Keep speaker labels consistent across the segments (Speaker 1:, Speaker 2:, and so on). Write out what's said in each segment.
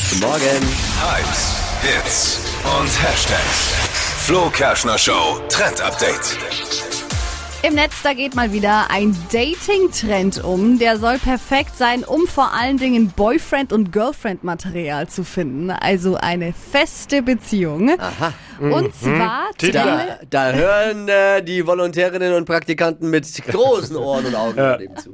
Speaker 1: Guten Morgen.
Speaker 2: Hypes, Hits und Hashtags. Flo Kerschner Show Trend Update.
Speaker 3: Im Netz, da geht mal wieder ein Dating-Trend um. Der soll perfekt sein, um vor allen Dingen Boyfriend- und Girlfriend-Material zu finden. Also eine feste Beziehung. Aha.
Speaker 1: Mhm.
Speaker 3: Und zwar
Speaker 1: Da, da hören äh, die Volontärinnen und Praktikanten mit großen Ohren und Augen dem zu.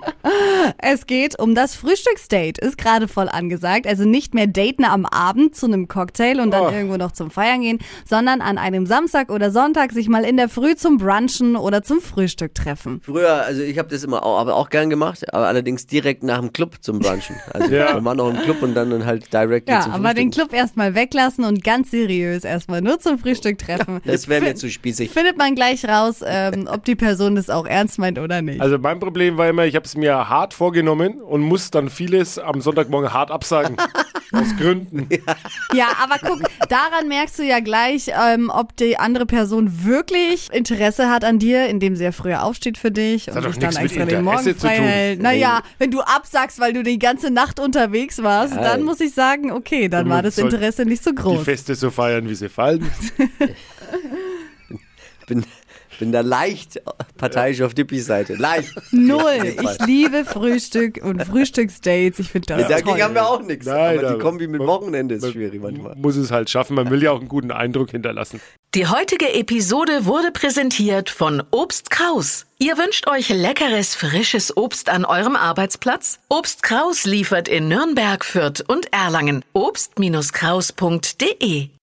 Speaker 3: Es geht um das Frühstücksdate. Ist gerade voll angesagt. Also nicht mehr daten am Abend zu einem Cocktail und dann
Speaker 1: Oh.
Speaker 3: irgendwo noch zum Feiern gehen, sondern an einem Samstag oder Sonntag sich mal in der Früh zum Brunchen oder zum Frühstück treffen.
Speaker 1: Früher, also ich habe das immer auch, aber auch gern gemacht, aber allerdings direkt nach dem Club zum Brunchen. Also
Speaker 4: Ja.
Speaker 1: man war noch im Club und dann, dann halt direkt
Speaker 3: Ja,
Speaker 1: zum
Speaker 3: aber den
Speaker 1: Frühstück.
Speaker 3: Club erstmal weglassen und ganz seriös erstmal nur zum Frühstück treffen.
Speaker 1: Das wäre mir
Speaker 3: Fin-
Speaker 1: zu spießig.
Speaker 3: Findet man gleich raus, ähm, ob die Person das auch ernst meint oder nicht.
Speaker 4: Also mein Problem war immer, ich habe es mir hart vorgenommen und muss dann vieles am Sonntagmorgen hart absagen. aus Gründen.
Speaker 3: Ja, aber guck, daran merkst du ja gleich, ähm, ob die andere Person wirklich Interesse hat an dir, indem sie ja früher aufsteht für dich und
Speaker 4: hat doch
Speaker 3: sich dann
Speaker 4: nichts mit
Speaker 3: extra den Morgen
Speaker 4: Interesse zu
Speaker 3: frei
Speaker 4: tun.
Speaker 3: hält. Naja, wenn du absagst, weil du die ganze Nacht unterwegs warst, dann muss ich sagen, okay, dann
Speaker 4: Und
Speaker 3: war
Speaker 4: man
Speaker 3: das
Speaker 4: soll
Speaker 3: Interesse nicht so
Speaker 4: Die
Speaker 3: groß.
Speaker 4: Feste so feiern, wie sie fallen.
Speaker 1: Bin, bin da leicht parteiisch auf Dippis Seite. Leicht. Auf
Speaker 3: Null.
Speaker 1: jeden Fall.
Speaker 3: Ich liebe Frühstück und Frühstücksdates. Ich finde das
Speaker 1: Dagegen
Speaker 3: toll.
Speaker 1: haben wir auch nichts.
Speaker 4: Nein,
Speaker 1: aber die
Speaker 4: aber-
Speaker 1: Kombi mit Wochenende ist schwierig manchmal.
Speaker 4: Muss es halt schaffen. Man will ja auch einen guten Eindruck hinterlassen.
Speaker 5: Die heutige Episode wurde präsentiert von Obst Kraus. Ihr wünscht euch leckeres, frisches Obst an eurem Arbeitsplatz? Obst Kraus liefert in Nürnberg, Fürth und Erlangen. Obst-Kraus.de